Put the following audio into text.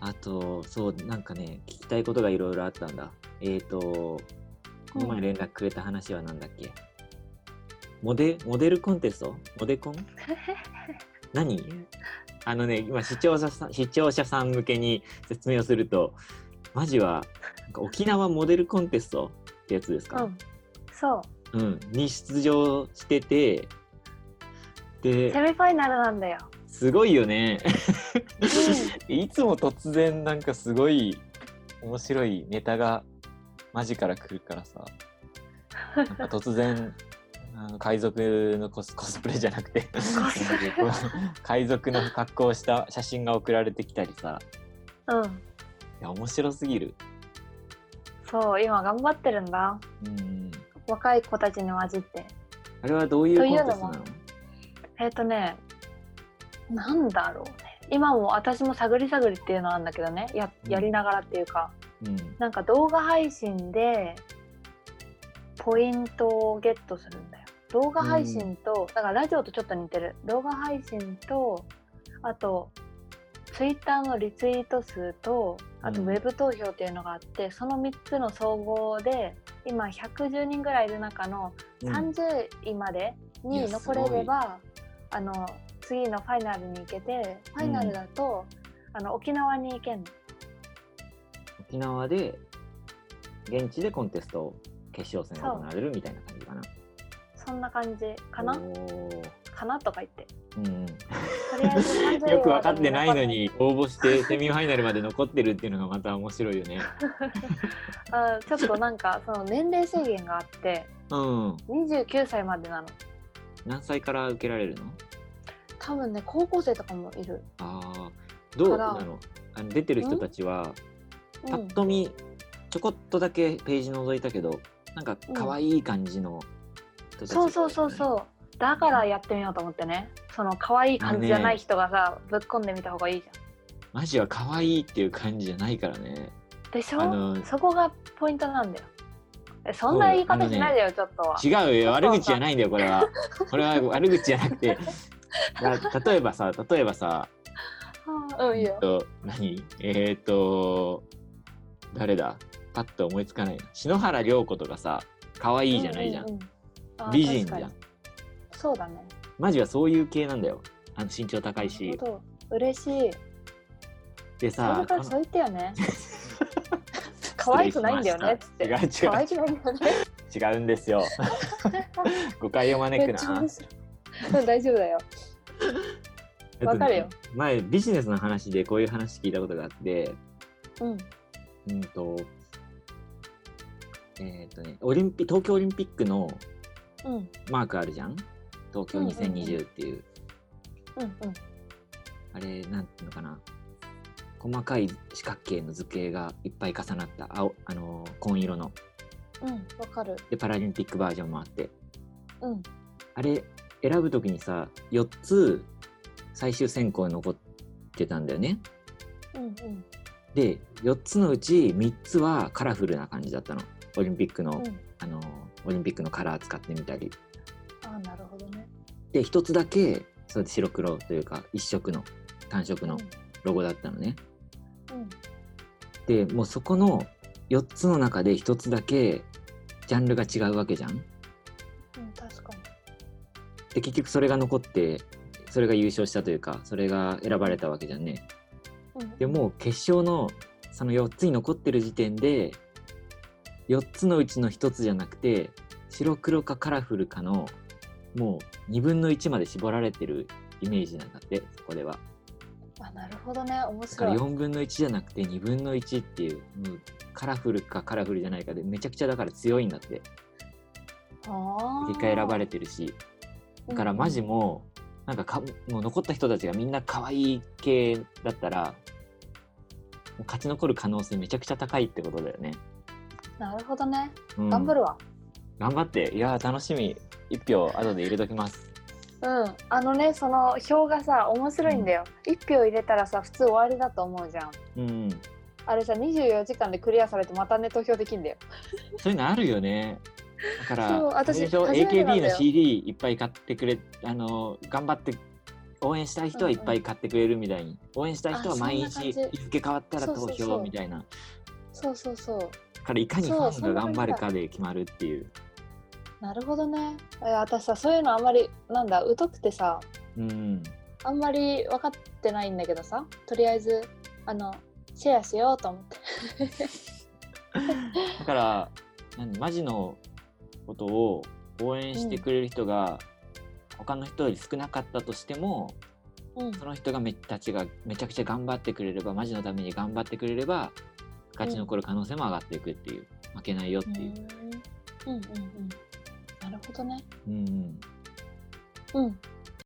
あと、そう、なんかね、聞きたいことがいろいろあったんだ。えっ、ー、と、この前連絡くれた話はなんだっけモデモデルコンテストモデコン何あのね、今視聴者さん、視聴者さん向けに説明をすると、マジは、なんか沖縄モデルコンテストってやつですうかん、そううん、に出場してて、で、セミファイナルなん だよ、すごいよね。うんいつも突然なんかすごい面白いネタがマジから来るからさなんか突然あの海賊のコスコスプレじゃなくて海賊の格好をした写真が送られてきたりさうん、いや面白すぎるそう今頑張ってるんだうん若い子たちに混じってあれはどういうコとンいテうストのなものえっ、とねなんだろうね今も私も探り探りっていうのはあるんだけどねやうんやりながらっていうか、うんなんか動画配信でポイントをゲットするんだよ動画配信と、だからラジオとちょっと似てる動画配信とあとツイッターのリツイート数とあとうウんェブ投票っていうのがあって、その3つの総合で今110人ぐらいいる中のうん30位までいにや残れれば、あの次のファイナルに行けてファイナルだと、あの沖縄に行けんの沖縄で現地でコンテスト決勝戦が行われるみたいな感じかなそんな感じかなおーかなとか 言ってうんうんとりあえず30位よく分かってないのに応募してセミファイナルまで残ってるっていうのがまた面白いよね。あちょっとなんか その年齢制限があってうん。 29歳までなの何歳から受けられるの？多分ね高校生とかもいる、ああ、どうからなの？あの出てる人たちはうパんッ、と見ちょこっとだけページ覗いたけど、なんか可愛い感じの人たちが多いよね、そうそうそうそうだからやってみようと思ってねその可愛い感じじゃない人がさ、ぶっ込んでみた方がいいじゃマジは可愛いっていう感じじゃないからね。んでしあょのそこがポイントなんだよえそんな言い方しないでよ、ちょっとは違うよそうそう悪口じゃないんだよこれは。これは悪口じゃなく て。な例えばさ例えばさうんいいえよっと、何えっ、と、誰だパッと思いつかないな。篠原涼子とかさ、可愛いじゃないじゃん。うううあ美人じゃ確んか。にそうだねマジはそういう系なんだよ。あの身長高いし。なるほど嬉しいで最さ初、からこそのう言ってよ ね。可愛くないんだよねっつって。違う可愛くないんだよね。違う違うんです よ。誤解を招くめっちゃな面。白 いうん大丈夫だよ。えっとねわかるよ。前、ビジネスの話でこういう話聞いたことがあって、うん。うんと、えっ、とね、オリンピ東京オリンピックのうん。うんマークあるじゃん東京2020っていう。うん。あれ、なんていうのかな。細かい四角形の図形がいっぱい重なった青、あのー紺色の。うん。わかる。で、パラリンピックバージョンもあって。うん。あれ、選ぶときにさ、4つ最終選考に残ってたんだよね。うんうん。で、4つのうち3つはカラフルな感じだったの。オリンピックの、うん。あのーオリンピックのカラー使ってみたり。ああ、なるほどね。で、1つだけ、そう白黒というか、一色の、単色うんの。ロゴだったのね。うん。でもうそこの4つの中で1つだけジャンルが違うわけじゃん。うん。確かに。で結局それが残ってそれが優勝したというかそれが選ばれたわけじゃんね。うん。でもう決勝のその4つに残ってる時点で4つのうちの1つじゃなくて白黒かカラフルかのもう2分の1まで絞られてるイメージなんだってそこでは。あ、なるほどね。面だから白い。 4分の1じゃなくて2分の1っていうもうカラフルかカラフルじゃないかでめちゃくちゃだから強いんだって。ああ。結果選ばれてるしだからマジもうなんかかもう残った人たちがみんな可愛い系だったらもう勝ち残る可能性めちゃくちゃ高いってことだよね、なるほどね。うん頑張るわ。頑張っていやー楽しみ一票後で入れときますうん、あのねその表がさ面白いんだよ、一1票入れたらさ普通終わりだと思うじゃんうんあれさ24時間でクリアされてまたね投票できんだよそういうのあるよねだかそうら私あれでしょ初めてなん AKB だよの CD いっぱい買ってくれあのー頑張って応援したい人はいっぱい買ってくれるみたいに、応援したい人は毎あそん日な感じ日付変わったらそうそう投そう票みたいなそうそうそうだからいかにフそうァそンんがな頑感じ張だるかで決まるっていうなるほどねえ私さそういうのあんまりなんだ疎くてさうんあんまり分かってないんだけどさとりあえずあのシェアしようと思ってだから何マジのことを応援してくれる人が他の人より少なかったとしても、うんその人がめたちがめちゃくちゃ頑張ってくれればマジのために頑張ってくれれば勝ち残る可能性も上がっていくっていう、負けないよっていう、うんうんうんなるほどねうんうんうん